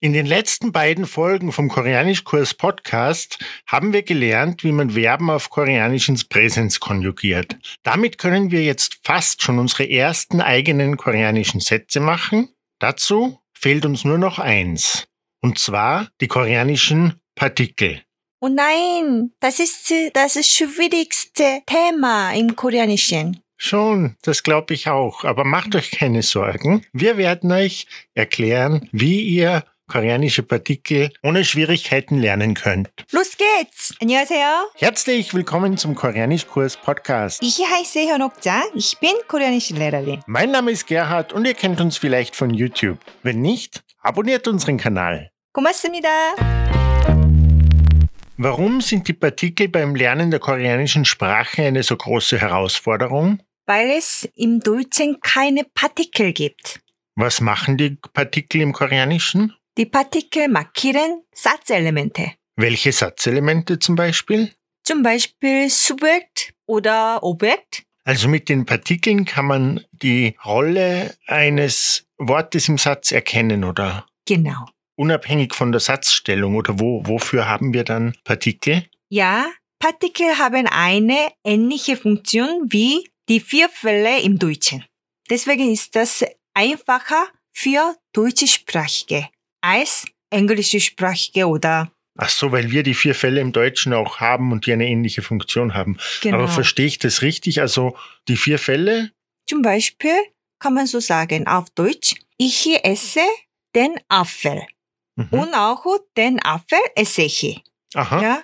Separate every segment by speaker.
Speaker 1: In den letzten beiden Folgen vom Koreanischkurs Podcast haben wir gelernt, wie man Verben auf Koreanisch ins Präsens konjugiert. Damit können wir jetzt fast schon unsere ersten eigenen koreanischen Sätze machen. Dazu fehlt uns nur noch eins. Und zwar die koreanischen Partikel.
Speaker 2: Oh nein, das ist das schwierigste Thema im Koreanischen.
Speaker 1: Schon, das glaube ich auch. Aber macht euch keine Sorgen. Wir werden euch erklären, wie ihr koreanische Partikel ohne Schwierigkeiten lernen könnt.
Speaker 2: Los geht's! 안녕하세요.
Speaker 1: Herzlich willkommen zum Koreanischkurs Podcast.
Speaker 2: Ich heiße Hyunokja. Ich bin Koreanischlehrerin.
Speaker 1: Mein Name ist Gerhard und ihr kennt uns vielleicht von YouTube. Wenn nicht, abonniert unseren Kanal.
Speaker 2: 고맙습니다.
Speaker 1: Warum sind die Partikel beim Lernen der koreanischen Sprache eine so große Herausforderung?
Speaker 2: Weil es im Deutschen keine Partikel gibt.
Speaker 1: Was machen die Partikel im Koreanischen?
Speaker 2: Die Partikel markieren Satzelemente.
Speaker 1: Welche Satzelemente zum Beispiel?
Speaker 2: Zum Beispiel Subjekt oder Objekt.
Speaker 1: Also mit den Partikeln kann man die Rolle eines Wortes im Satz erkennen, oder?
Speaker 2: Genau.
Speaker 1: Unabhängig von der Satzstellung oder wo, wofür haben wir dann Partikel?
Speaker 2: Ja, Partikel haben eine ähnliche Funktion wie die vier Fälle im Deutschen. Deswegen ist das einfacher für deutschsprachige als englischsprachige oder
Speaker 1: Ach so, weil wir die vier Fälle im Deutschen auch haben und die eine ähnliche Funktion haben.
Speaker 2: genau.
Speaker 1: Aber verstehe ich das richtig? Also die vier Fälle,
Speaker 2: Zum Beispiel kann man so sagen auf Deutsch, ich esse den Apfel
Speaker 1: mhm.
Speaker 2: und auch den Apfel esse ich.
Speaker 1: aha,
Speaker 2: Ja?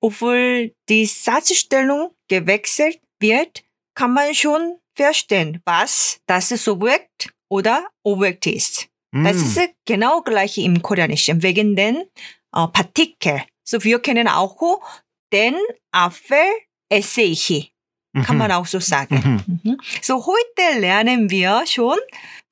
Speaker 2: Obwohl die Satzstellung gewechselt wird, kann man schon verstehen, was das Subjekt oder Objekt ist. Das
Speaker 1: mm,
Speaker 2: ist genau gleich im Koreanischen, wegen den äh, Partikel. So, wir kennen auch den Apfel esse ich. Kann
Speaker 1: mhm.
Speaker 2: man auch so sagen.
Speaker 1: Mhm.
Speaker 2: Mhm. So, heute lernen wir schon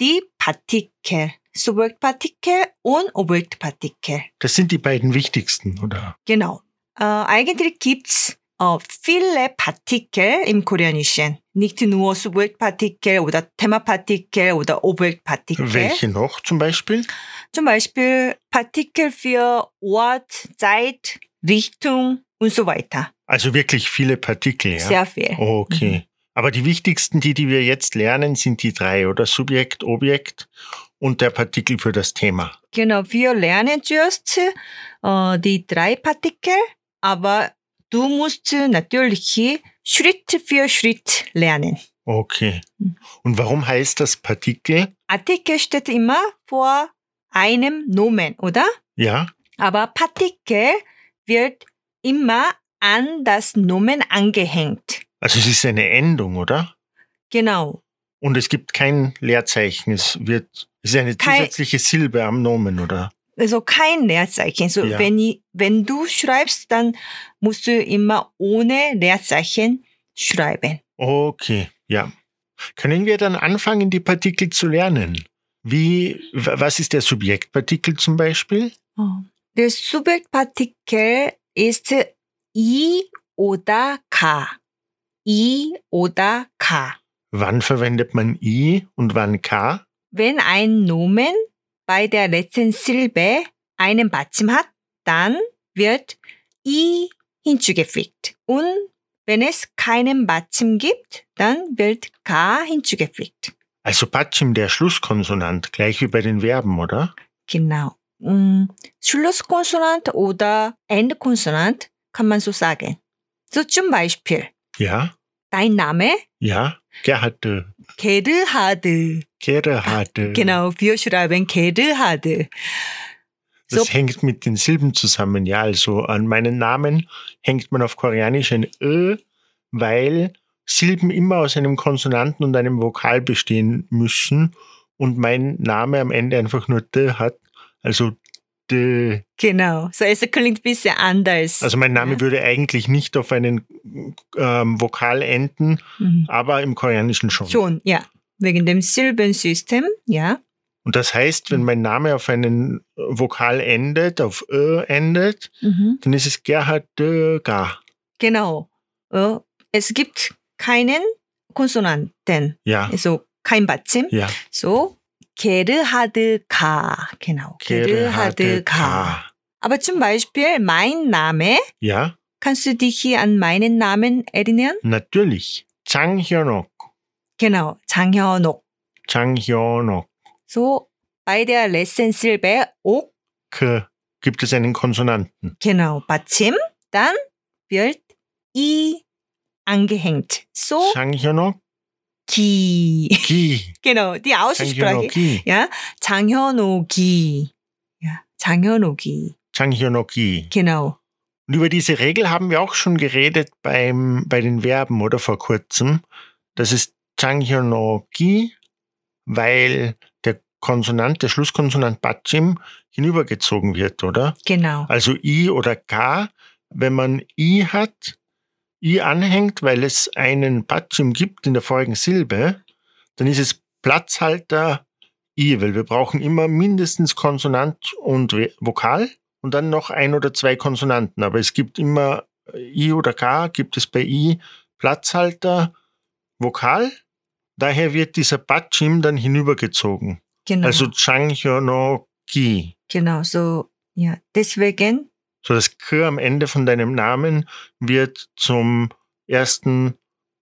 Speaker 2: die Partikel. Subjektpartikel und Objektpartikel.
Speaker 1: Das sind die beiden wichtigsten, oder?
Speaker 2: Genau. Äh, eigentlich gibt's äh, viele Partikel im Koreanischen. Nicht nur Subjektpartikel oder Themapartikel oder Objektpartikel.
Speaker 1: Welche noch zum Beispiel?
Speaker 2: Zum Beispiel Partikel für Ort, Zeit, Richtung und so weiter.
Speaker 1: Also wirklich viele Partikel, ja. Oh.
Speaker 2: Sehr viel.
Speaker 1: Okay.
Speaker 2: Mhm.
Speaker 1: Aber die wichtigsten, die, die wir jetzt lernen, sind die drei, oder? Subjekt, Objekt und der Partikel für das Thema.
Speaker 2: Genau, wir lernen zuerst äh, die drei Partikel, aber du musst natürlich Schritt für Schritt lernen.
Speaker 1: Okay.
Speaker 2: Mhm.
Speaker 1: Und warum heißt das Partikel?
Speaker 2: Artikel steht immer vor einem Nomen, oder?
Speaker 1: Ja,
Speaker 2: Aber Partikel wird immer an das Nomen angehängt.
Speaker 1: also es ist eine Endung, oder?
Speaker 2: Genau,
Speaker 1: Und es gibt kein Leerzeichen. Es wird, es ist eine
Speaker 2: Kein-
Speaker 1: zusätzliche Silbe am Nomen, oder?
Speaker 2: also kein Leerzeichen. So,
Speaker 1: Ja.
Speaker 2: wenn, i- wenn du schreibst, dann musst du immer ohne Leerzeichen schreiben.
Speaker 1: Okay, ja. Können wir dann anfangen, die Partikel zu lernen? Wie, w- was ist der Subjektpartikel zum Beispiel?
Speaker 2: Der Subjektpartikel ist i oder k. i oder k.
Speaker 1: Wann verwendet man I und wann K?
Speaker 2: Wenn ein Nomen bei der letzten Silbe einen Batzim hat, dann wird i hinzugefügt. Und wenn es keinen Batzim gibt, dann wird k hinzugefügt.
Speaker 1: Also Patschim, der Schlusskonsonant, gleich wie bei den Verben, oder?
Speaker 2: Genau. Mm, Schlusskonsonant oder Endkonsonant kann man so sagen. So zum Beispiel
Speaker 1: Ja,
Speaker 2: dein Name
Speaker 1: ja. Gerhard, äh,
Speaker 2: Gerhard.
Speaker 1: Gerhard. äh,
Speaker 2: Genau, wir schreiben Gerhard.
Speaker 1: Das
Speaker 2: So.
Speaker 1: hängt mit den Silben zusammen, ja. Also an meinen Namen hängt man auf Koreanisch ein Ö, weil Silben immer aus einem Konsonanten und einem Vokal bestehen müssen und mein Name am Ende einfach nur D hat. Also D.
Speaker 2: Genau. So es klingt ein bisschen anders.
Speaker 1: Also mein Name
Speaker 2: Ja.
Speaker 1: würde eigentlich nicht auf einen ähm, Vokal enden,
Speaker 2: Mhm.
Speaker 1: aber im Koreanischen schon.
Speaker 2: Schon, ja. Wegen dem Silbensystem, ja.
Speaker 1: Und das heißt, wenn mein Name auf einen äh, Vokal endet, auf Ö endet, dann ist es Gerhard D. Ga.
Speaker 2: Genau. Äh, Es gibt keinen Konsonanten,
Speaker 1: Ja,
Speaker 2: also kein Batzim.
Speaker 1: ja.
Speaker 2: So, 게르하드 가. Genau.
Speaker 1: Gerhard
Speaker 2: K.
Speaker 1: K.
Speaker 2: Aber zum Beispiel mein Name.
Speaker 1: Ja,
Speaker 2: Kannst du dich hier an meinen Namen erinnern?
Speaker 1: natürlich. Chang Hyunok.
Speaker 2: Genau. 장현옥.
Speaker 1: Chang Hyunok.
Speaker 2: So, bei der Lesson Silbe 옥.
Speaker 1: Gibt es einen Konsonanten?
Speaker 2: Genau. 받침. Dann wird 이 angehängt. So,
Speaker 1: Chang Hyunok.
Speaker 2: 기. 네
Speaker 1: Ki.
Speaker 2: Genau. Die
Speaker 1: Chang
Speaker 2: Aussprache.
Speaker 1: Hyunok Ki.
Speaker 2: Ja, 장현옥이. Ja, 장현옥이.
Speaker 1: Chang Hyunok Ki.
Speaker 2: Genau.
Speaker 1: Und über diese Regel haben wir auch schon geredet beim, bei den Verben, oder vor kurzem. Das ist Changhyonogi, weil der Konsonant, der Schlusskonsonant Bachim hinübergezogen wird, oder?
Speaker 2: Genau.
Speaker 1: Also I oder K, wenn man I hat, I anhängt, weil es einen Bachim gibt in der vorigen Silbe, dann ist es Platzhalter I, weil wir brauchen immer mindestens Konsonant und We- Vokal und dann noch ein oder zwei Konsonanten. Aber es gibt immer äh, I oder K, gibt es bei I Platzhalter, Vokal. Daher wird dieser Bachim dann hinübergezogen.
Speaker 2: Genau.
Speaker 1: Also Changhyonogi.
Speaker 2: genau. So, ja. Deswegen,
Speaker 1: So das K am Ende von deinem Namen wird zum ersten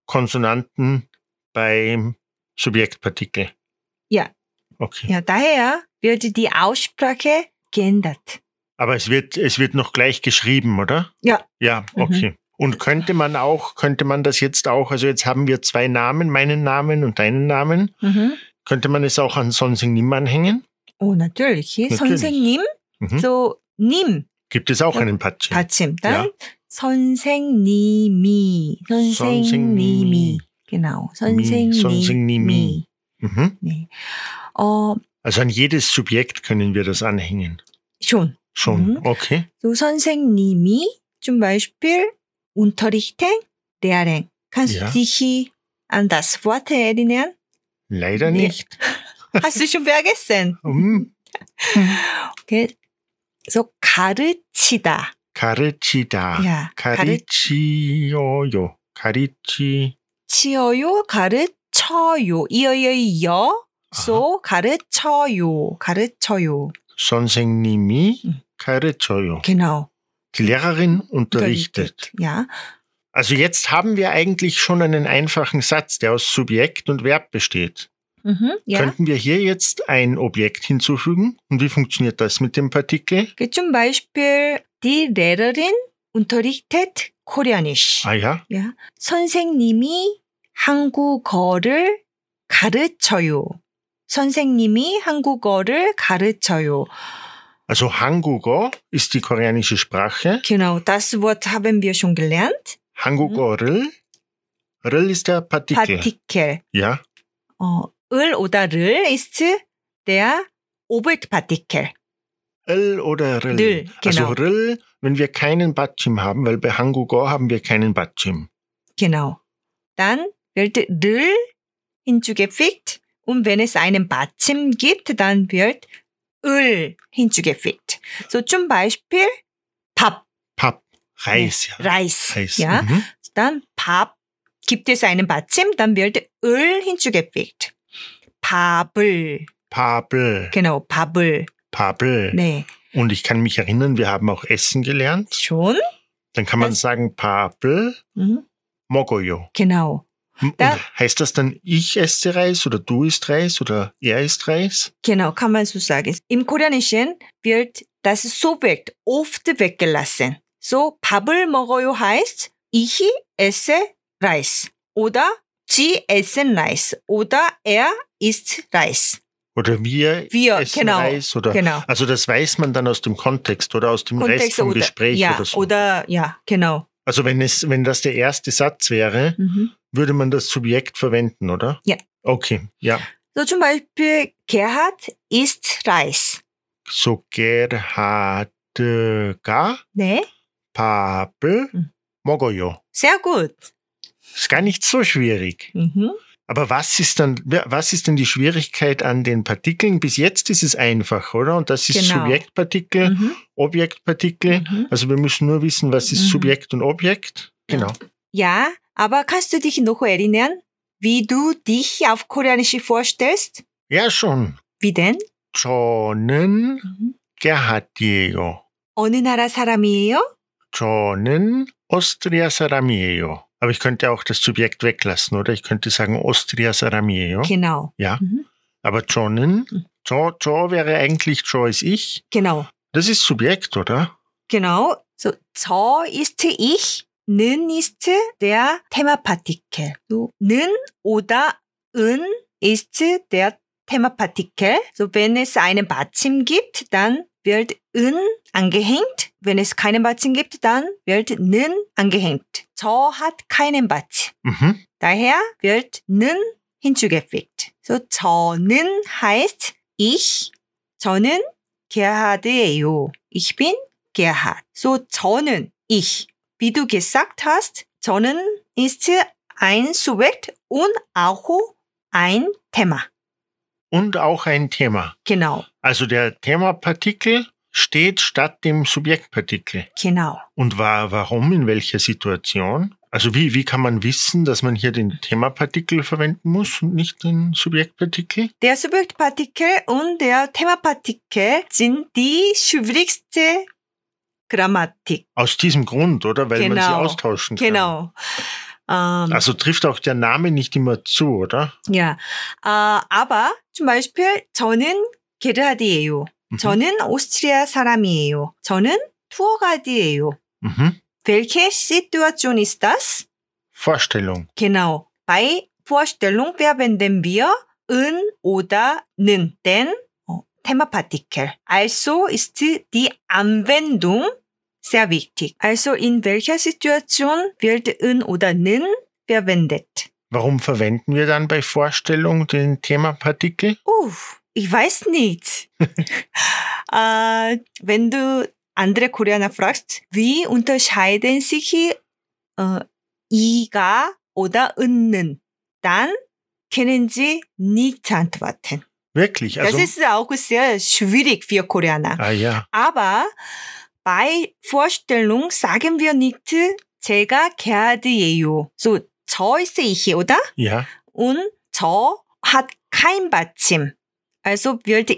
Speaker 1: Konsonanten beim Subjektpartikel.
Speaker 2: Ja.
Speaker 1: Okay.
Speaker 2: ja, daher wird die Aussprache geändert.
Speaker 1: Aber es wird, es wird noch gleich geschrieben, oder?
Speaker 2: Ja.
Speaker 1: Ja,
Speaker 2: Mhm.
Speaker 1: okay. Und könnte man auch, könnte man das jetzt auch, also jetzt haben wir zwei Namen, meinen Namen und deinen Namen,
Speaker 2: Mhm.
Speaker 1: könnte man es auch an Sonsing Nim anhängen?
Speaker 2: Oh, natürlich.
Speaker 1: Natürlich.
Speaker 2: 선생님,
Speaker 1: Mhm.
Speaker 2: so, 님
Speaker 1: Gibt es auch
Speaker 2: Ja.
Speaker 1: einen Patschen?
Speaker 2: 받침. Dann
Speaker 1: Ja.
Speaker 2: 선생님이. 선생님이.
Speaker 1: 선생님이.
Speaker 2: Genau.
Speaker 1: 미,
Speaker 2: 선생님이.
Speaker 1: 선생님이. Mhm.
Speaker 2: 네. 어,
Speaker 1: Also an jedes Subjekt können wir das anhängen.
Speaker 2: schon.
Speaker 1: Schon,
Speaker 2: Mhm.
Speaker 1: okay.
Speaker 2: So 선생님이 zum Beispiel unterrichten, lehren. Kannst
Speaker 1: Ja.
Speaker 2: du dich an das Wort erinnern?
Speaker 1: Leider
Speaker 2: Nee.
Speaker 1: nicht.
Speaker 2: Hast du schon vergessen?
Speaker 1: Hm.
Speaker 2: Okay. So 가르치다.
Speaker 1: Karachida.
Speaker 2: Ja.
Speaker 1: Karichioyo. Karichi.
Speaker 2: 가르치어요, 가르쳐요. 이어이어이어. So 가르쳐요, 가르쳐요.
Speaker 1: Sonsengnimi.
Speaker 2: Mhm.
Speaker 1: Karichoyo.
Speaker 2: Genau.
Speaker 1: Die Lehrerin unterrichtet.
Speaker 2: Ja.
Speaker 1: Also jetzt haben wir eigentlich schon einen einfachen Satz, der aus Subjekt und Verb besteht.
Speaker 2: Mhm. Ja.
Speaker 1: Könnten wir hier jetzt ein Objekt hinzufügen? Und wie funktioniert das mit dem Partikel?
Speaker 2: Okay, zum Beispiel die Lehrerin unterrichtet Koreanisch.
Speaker 1: Ah ja,
Speaker 2: 야, 선생님이 한국어를 가르쳐요. 선생님이 한국어를 가르쳐요.
Speaker 1: also Hangugo ist die koreanische Sprache.
Speaker 2: Genau, das Wort haben wir schon gelernt.
Speaker 1: Hangugo Rl. Rl ist der Partikel.
Speaker 2: Partikel.
Speaker 1: ja,
Speaker 2: 어, 을 oder 를 ist der Oberpartikel.
Speaker 1: L oder Rill?
Speaker 2: Rill, genau.
Speaker 1: Also Rill, wenn wir keinen Batschim haben, weil bei Hangugo haben wir keinen Batschim.
Speaker 2: Genau. Dann wird 를 hinzugefügt und wenn es einen 받침 gibt, dann wird 을 hinzugefügt. So zum Beispiel 밥.
Speaker 1: Pap, Reis, ja.
Speaker 2: Reis.
Speaker 1: Reis.
Speaker 2: Ja.
Speaker 1: Mhm.
Speaker 2: Dann 밥 gibt es einen 받침, dann wird 을 hinzugefügt. 밥을
Speaker 1: Papel,
Speaker 2: genau 밥을
Speaker 1: Papel.
Speaker 2: 네
Speaker 1: Und ich kann mich erinnern, wir haben auch Essen gelernt.
Speaker 2: schon
Speaker 1: Dann kann man
Speaker 2: Das-
Speaker 1: sagen Papel,
Speaker 2: hm,
Speaker 1: Mogoyo.
Speaker 2: genau
Speaker 1: M-
Speaker 2: Da-
Speaker 1: Und heißt das dann, ich esse Reis oder du isst Reis oder er isst Reis?
Speaker 2: genau kann man so sagen. Im Koreanischen wird das Subjekt oft weggelassen. So 밥을 먹어요 heißt ich esse Reis oder sie essen Reis oder er isst Reis.
Speaker 1: Oder wir,
Speaker 2: Wir
Speaker 1: essen
Speaker 2: genau
Speaker 1: Reis oder...
Speaker 2: genau.
Speaker 1: Also das weiß man dann aus dem Kontext oder aus dem Rest vom Gespräch
Speaker 2: ja,
Speaker 1: oder so.
Speaker 2: oder ja genau.
Speaker 1: also wenn, es, wenn das der erste Satz wäre,
Speaker 2: Mhm.
Speaker 1: würde man das Subjekt verwenden, oder?
Speaker 2: Ja.
Speaker 1: Okay, ja.
Speaker 2: So zum Beispiel, Gerhard isst Reis.
Speaker 1: So Gerhard äh, Ga,
Speaker 2: 네.
Speaker 1: Papel,
Speaker 2: Mhm.
Speaker 1: Mogoyo.
Speaker 2: Sehr gut.
Speaker 1: Ist gar nicht so schwierig.
Speaker 2: Mhm.
Speaker 1: Aber was ist dann, wer- was ist denn die Schwierigkeit an den Partikeln? Bis jetzt ist es einfach, oder? Und das ist
Speaker 2: Genau.
Speaker 1: Subjektpartikel,
Speaker 2: Mhm.
Speaker 1: Objektpartikel.
Speaker 2: Mhm.
Speaker 1: Also wir müssen nur wissen, was ist
Speaker 2: Mhm.
Speaker 1: Subjekt und Objekt.
Speaker 2: Ja.
Speaker 1: Genau.
Speaker 2: Ja, aber kannst du dich noch erinnern, wie du dich auf Koreanisch vorstellst?
Speaker 1: Ja, schon.
Speaker 2: Wie denn?
Speaker 1: 저는 Gerhard Diego.
Speaker 2: 어느 나라 사람이에요?
Speaker 1: 저는 Austria Saramiejo. Aber ich könnte auch das Subjekt weglassen, oder? Ich könnte sagen Austria Saramiejo.
Speaker 2: Genau.
Speaker 1: Ja.
Speaker 2: Mhm.
Speaker 1: Aber Johnen,
Speaker 2: Mhm.
Speaker 1: Jo, jo wäre eigentlich Jo ist ich.
Speaker 2: Genau.
Speaker 1: Das ist Subjekt, oder?
Speaker 2: Genau. So, 저 ist ich, 는 ist der Themapartikel. So, 는 oder 은 ist der Themapartikel. So, wenn es einen Batsim gibt, dann wird 은 angehängt. Wenn es keinen Batsim gibt, dann wird 는 angehängt. 저 hat keinen Batsim.
Speaker 1: Mhm.
Speaker 2: Daher wird 는 hinzugefügt. So, 저는 heißt ich, 저는 Gerhard예요. Ich bin Gerhard. So, 저는 ich. Wie du gesagt hast, 저는 ist ein Subjekt und auch ein Thema.
Speaker 1: Und auch ein Thema.
Speaker 2: Genau,
Speaker 1: Also der Themapartikel steht statt dem Subjektpartikel.
Speaker 2: genau.
Speaker 1: Und wa warum, in welcher Situation? Also wie, wie kann man wissen, dass man hier den Themapartikel verwenden muss und nicht den Subjektpartikel?
Speaker 2: Der Subjektpartikel und der Themapartikel sind die schwierigste Grammatik.
Speaker 1: Aus diesem Grund, oder? Weil man sie
Speaker 2: Genau.
Speaker 1: austauschen kann.
Speaker 2: Genau. Ähm,
Speaker 1: Also trifft auch der Name nicht immer zu, oder?
Speaker 2: Ja, 아, aber zum Beispiel 저는 게르하디예요.
Speaker 1: Mhm.
Speaker 2: 저는 오스트리아 사람이에요. 저는 투어가디예요.
Speaker 1: Mhm.
Speaker 2: Welche Situation ist das?
Speaker 1: Vorstellung.
Speaker 2: Genau. Bei Vorstellung verwenden wir 은 oder 는, denn 어, Themapartikel. Also ist die Anwendung sehr wichtig. Also in welcher Situation wird 은 oder 는 verwendet?
Speaker 1: Warum verwenden wir dann bei Vorstellung den Themapartikel?
Speaker 2: Uff, ich weiß nicht. äh, wenn du andere Koreaner fragst, wie unterscheiden sich äh, 이가 oder 은는, dann können sie nicht antworten.
Speaker 1: Wirklich? Also,
Speaker 2: das ist auch sehr schwierig für Koreaner.
Speaker 1: ah ja.
Speaker 2: Aber bei Vorstellung sagen wir nicht, 제가 게하드예요. So, 저 ist ich, oder?
Speaker 1: Ja.
Speaker 2: und 저 hat kein 받침. Also wird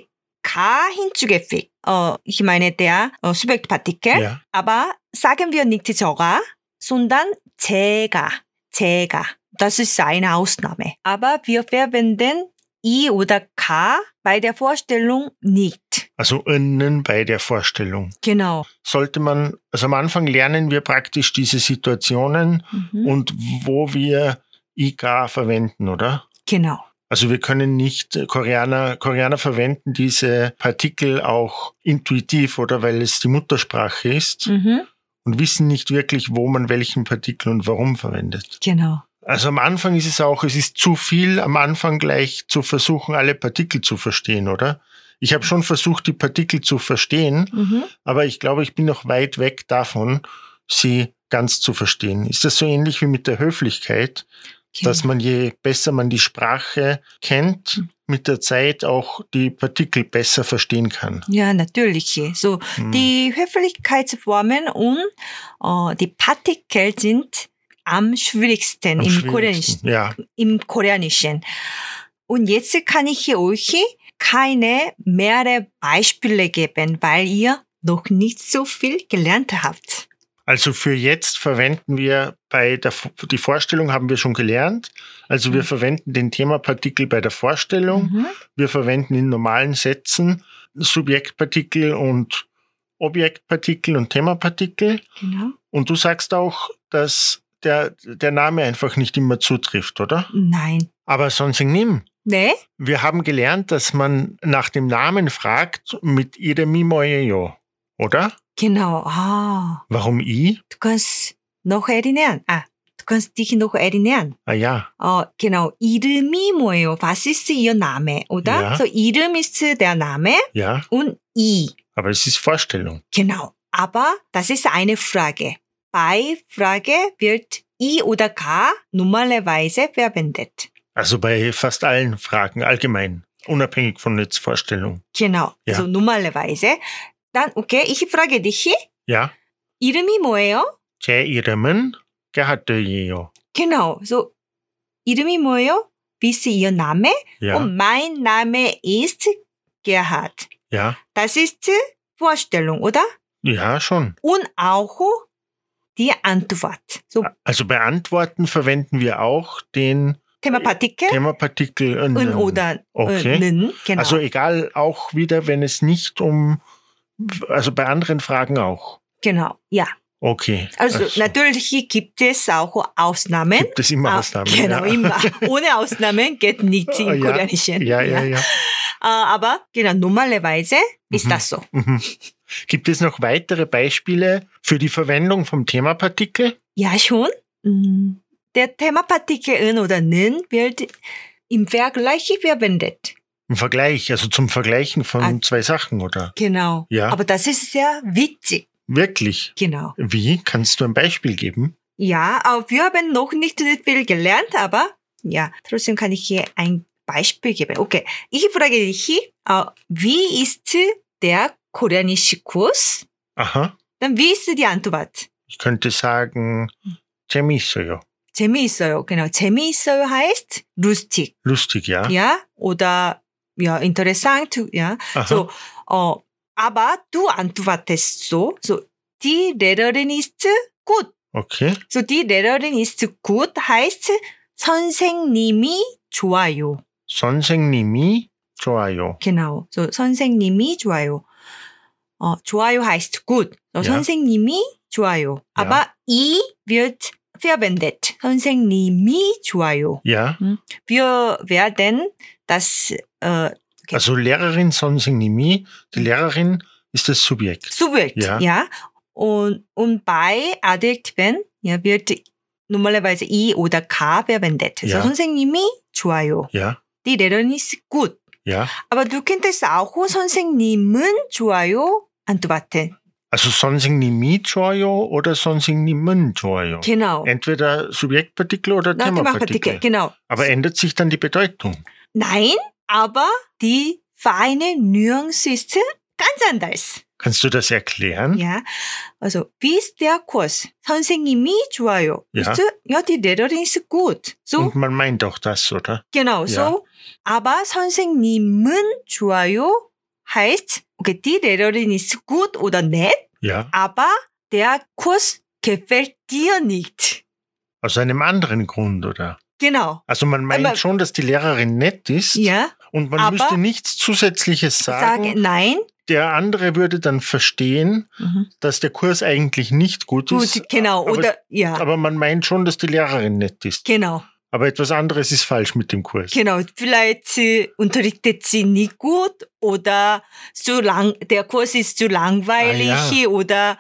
Speaker 2: 가 hinzugefügt. 어, äh, ich meine der 어, Subjektpartikel.
Speaker 1: Ja.
Speaker 2: Aber sagen wir nicht 저가, sondern 제가, 제가. Das ist eine Ausnahme. Aber wir verwenden 이 oder 가 bei der Vorstellung nicht.
Speaker 1: Also innen bei der Vorstellung.
Speaker 2: Genau.
Speaker 1: Sollte man, also am Anfang lernen wir praktisch diese Situationen
Speaker 2: Mhm.
Speaker 1: und wo wir IK verwenden, oder?
Speaker 2: Genau.
Speaker 1: Also wir können nicht Koreaner, Koreaner verwenden diese Partikel auch intuitiv, oder weil es die Muttersprache ist
Speaker 2: Mhm.
Speaker 1: und wissen nicht wirklich, wo man welchen Partikel und warum verwendet.
Speaker 2: Genau.
Speaker 1: Also am Anfang ist es auch, es ist zu viel, am Anfang gleich zu versuchen, alle Partikel zu verstehen, oder? Ich habe schon versucht, die Partikel zu verstehen,
Speaker 2: Mhm.
Speaker 1: aber ich glaube, ich bin noch weit weg davon, sie ganz zu verstehen. Ist das so ähnlich wie mit der Höflichkeit?
Speaker 2: genau.
Speaker 1: dass man je besser man die Sprache kennt, mit der Zeit auch die Partikel besser verstehen kann.
Speaker 2: ja, natürlich. So,
Speaker 1: Hm.
Speaker 2: Die Höflichkeitsformen und äh, die Partikel sind am schwierigsten,
Speaker 1: Am
Speaker 2: im,
Speaker 1: schwierigsten.
Speaker 2: Koreanischen,
Speaker 1: Ja,
Speaker 2: im Koreanischen. Und jetzt kann ich euch keine mehrere Beispiele geben, weil ihr noch nicht so viel gelernt habt.
Speaker 1: also für jetzt verwenden wir bei der V- die Vorstellung haben wir schon gelernt. Also wir
Speaker 2: Mhm.
Speaker 1: verwenden den Themapartikel bei der Vorstellung.
Speaker 2: Mhm.
Speaker 1: Wir verwenden in normalen Sätzen Subjektpartikel und Objektpartikel und Themapartikel.
Speaker 2: Genau.
Speaker 1: Und du sagst auch, dass der, der Name einfach nicht immer zutrifft, oder?
Speaker 2: Nein.
Speaker 1: Aber sonst nimm.
Speaker 2: Ne?
Speaker 1: Wir haben gelernt, dass man nach dem Namen fragt mit Iremi Moyeyo, oder?
Speaker 2: Genau. Ah,
Speaker 1: Warum I?
Speaker 2: du kannst noch erinnern. Ah, du kannst dich noch erinnern.
Speaker 1: Ah ja,
Speaker 2: 어, genau. 이름이 뭐예요? Was ist Ihr Name, oder?
Speaker 1: Ja.
Speaker 2: So, 이름 ist der Name
Speaker 1: ja,
Speaker 2: und I.
Speaker 1: aber es ist Vorstellung.
Speaker 2: Genau. Aber das ist eine Frage. Bei Frage wird I oder K normalerweise verwendet.
Speaker 1: Also bei fast allen Fragen allgemein, unabhängig von jetzt Vorstellung.
Speaker 2: Genau.
Speaker 1: Ja.
Speaker 2: So, normalerweise. Dann, okay, ich frage dich.
Speaker 1: Ja,
Speaker 2: 이름이 뭐예요?
Speaker 1: 제 이름은 Gerhard예요.
Speaker 2: Genau. So, 이름이 뭐예요? Wie ist Ihr Name?
Speaker 1: Ja,
Speaker 2: Und mein Name ist Gerhard.
Speaker 1: Ja,
Speaker 2: Das ist die Vorstellung, oder?
Speaker 1: ja, schon.
Speaker 2: Und auch die Antwort. So,
Speaker 1: Also bei Antworten verwenden wir auch den
Speaker 2: Thema Partikel
Speaker 1: Themapartikel nen.
Speaker 2: und oder
Speaker 1: Okay.
Speaker 2: äh, 는, genau.
Speaker 1: Also egal, auch wieder, wenn es nicht um, also bei anderen Fragen auch.
Speaker 2: genau, ja.
Speaker 1: Okay.
Speaker 2: Also
Speaker 1: Ach so.
Speaker 2: natürlich gibt es auch Ausnahmen.
Speaker 1: gibt es immer
Speaker 2: Ah,
Speaker 1: Ausnahmen.
Speaker 2: Genau,
Speaker 1: ja.
Speaker 2: immer. Ohne Ausnahmen geht nicht
Speaker 1: Ah,
Speaker 2: im
Speaker 1: ja.
Speaker 2: Koreanischen.
Speaker 1: Ja, ja, ja.
Speaker 2: Ah, aber genau, normalerweise ist
Speaker 1: Mhm.
Speaker 2: das so.
Speaker 1: Mhm. Gibt es noch weitere Beispiele für die Verwendung vom Themapartikel?
Speaker 2: Ja, schon. Mm. Der Themapartikel 은 oder 는 wird im Vergleich verwendet.
Speaker 1: Im Vergleich, also zum Vergleichen von
Speaker 2: Ah.
Speaker 1: zwei Sachen, oder?
Speaker 2: Genau.
Speaker 1: Ja.
Speaker 2: Aber das ist sehr witzig.
Speaker 1: Wirklich?
Speaker 2: Genau.
Speaker 1: Wie? Kannst du ein Beispiel geben?
Speaker 2: Ja, aber wir haben noch nicht viel gelernt, aber ja, trotzdem kann ich hier ein Beispiel geben. Okay, ich frage dich, äh, wie ist der koreanische Kurs?
Speaker 1: Aha.
Speaker 2: Dann wie ist die Antwort?
Speaker 1: Ich könnte sagen, 재미있어요.
Speaker 2: 재미있어요. Genau, 재미있어요 heißt lustig.
Speaker 1: Lustig, ja?
Speaker 2: Ja, oder ja, interessant, ja.
Speaker 1: Aha.
Speaker 2: So, 어, aber du antwortest so, so, die Lehrerin ist gut.
Speaker 1: Okay.
Speaker 2: So, die Lehrerin ist gut heißt, 선생님이 좋아요.
Speaker 1: 선생님이 좋아요.
Speaker 2: Genau. So, 선생님이 좋아요. 어, 좋아요 heißt gut.
Speaker 1: Ja.
Speaker 2: So, 선생님이 좋아요.
Speaker 1: Ja.
Speaker 2: Aber i wird verwendet. 선생님이 좋아요.
Speaker 1: Ja.
Speaker 2: Wir werden das äh, Okay.
Speaker 1: Also Lehrerin 선생님이, die Lehrerin ist das Subjekt.
Speaker 2: Subjekt.
Speaker 1: Ja.
Speaker 2: ja. Und, und bei Adjektiven ja, wird normalerweise i oder k verwendet.
Speaker 1: Ja.
Speaker 2: So, 선생님이 좋아요.
Speaker 1: Ja,
Speaker 2: Die Lehrerin ist gut.
Speaker 1: ja.
Speaker 2: Aber du könntest auch 선생님은 좋아요 antworten.
Speaker 1: Also 선생님이 좋아요 oder 선생님은 좋아요.
Speaker 2: Genau.
Speaker 1: Entweder Subjektpartikel oder
Speaker 2: Nach dem Partikel,
Speaker 1: Themapartikel.
Speaker 2: genau.
Speaker 1: Aber ändert sich dann die Bedeutung?
Speaker 2: Nein, aber die feine Nuance ist ganz anders.
Speaker 1: Kannst du das erklären?
Speaker 2: Ja, also wie ist der Kurs? 선생님이 좋아요.
Speaker 1: Ja.
Speaker 2: Ist, ja, die Lehrerin ist gut. So,
Speaker 1: Und man meint auch das, oder?
Speaker 2: genau,
Speaker 1: Ja.
Speaker 2: so. Aber 선생님은 좋아요 heißt, okay, die Lehrerin ist gut oder nett,
Speaker 1: Ja.
Speaker 2: aber der Kurs gefällt dir nicht.
Speaker 1: Aus einem anderen Grund, oder?
Speaker 2: Genau.
Speaker 1: Also man meint
Speaker 2: Aber-
Speaker 1: schon, dass die Lehrerin nett ist
Speaker 2: Ja,
Speaker 1: und man
Speaker 2: aber-
Speaker 1: müsste nichts Zusätzliches sagen.
Speaker 2: sage nein.
Speaker 1: Der andere würde dann verstehen,
Speaker 2: Mhm.
Speaker 1: dass der Kurs eigentlich nicht gut ist.
Speaker 2: Gut, genau,
Speaker 1: aber,
Speaker 2: oder ja,
Speaker 1: aber man meint schon, dass die Lehrerin nett ist.
Speaker 2: genau.
Speaker 1: Aber etwas anderes ist falsch mit dem Kurs.
Speaker 2: Genau, vielleicht äh, unterrichtet sie nicht gut oder zu lang, der Kurs ist zu langweilig
Speaker 1: Ah, ja.
Speaker 2: oder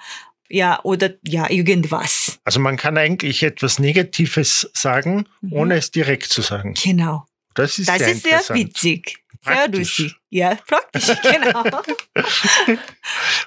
Speaker 2: ja, oder ja, irgendwas.
Speaker 1: Also man kann eigentlich etwas Negatives sagen,
Speaker 2: Mhm.
Speaker 1: ohne es direkt zu sagen.
Speaker 2: Genau.
Speaker 1: Das ist
Speaker 2: Das
Speaker 1: sehr
Speaker 2: ist sehr
Speaker 1: interessant.
Speaker 2: witzig. Sehr
Speaker 1: Praktisch.
Speaker 2: lustig. Ja, praktisch, genau.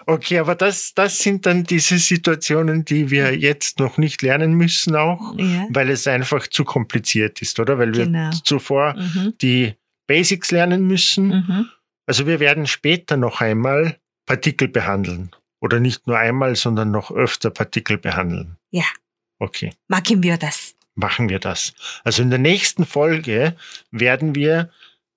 Speaker 1: Okay, aber das, das sind dann diese Situationen, die
Speaker 2: Mhm.
Speaker 1: wir jetzt noch nicht lernen müssen auch,
Speaker 2: ja.
Speaker 1: weil es einfach zu kompliziert ist, oder? Weil wir
Speaker 2: Genau.
Speaker 1: zuvor
Speaker 2: Mhm.
Speaker 1: die Basics lernen müssen.
Speaker 2: Mhm.
Speaker 1: Also wir werden später noch einmal Partikel behandeln. Oder nicht nur einmal, sondern noch öfter Partikel behandeln.
Speaker 2: Ja.
Speaker 1: Okay,
Speaker 2: Machen wir das.
Speaker 1: machen wir das. Also in der nächsten Folge werden wir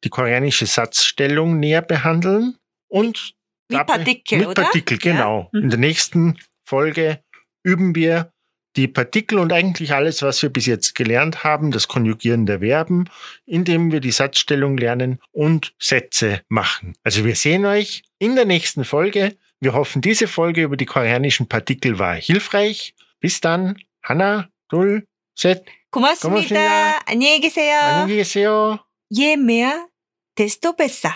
Speaker 1: die koreanische Satzstellung näher behandeln und
Speaker 2: Mit
Speaker 1: dabei-
Speaker 2: Partikel,
Speaker 1: mit
Speaker 2: oder?
Speaker 1: Partikel, genau.
Speaker 2: Mhm.
Speaker 1: In der nächsten Folge üben wir die Partikel und eigentlich alles, was wir bis jetzt gelernt haben, das Konjugieren der Verben, indem wir die Satzstellung lernen und Sätze machen. Also wir sehen euch in der nächsten Folge. Wir hoffen, diese Folge über die koreanischen Partikel war hilfreich. Bis dann, Hanna, Dul, Set,
Speaker 2: 고맙습니다.
Speaker 1: 고맙습니다.
Speaker 2: 안녕히 계세요.
Speaker 1: 안녕히 계세요.
Speaker 2: Je mehr, desto besser.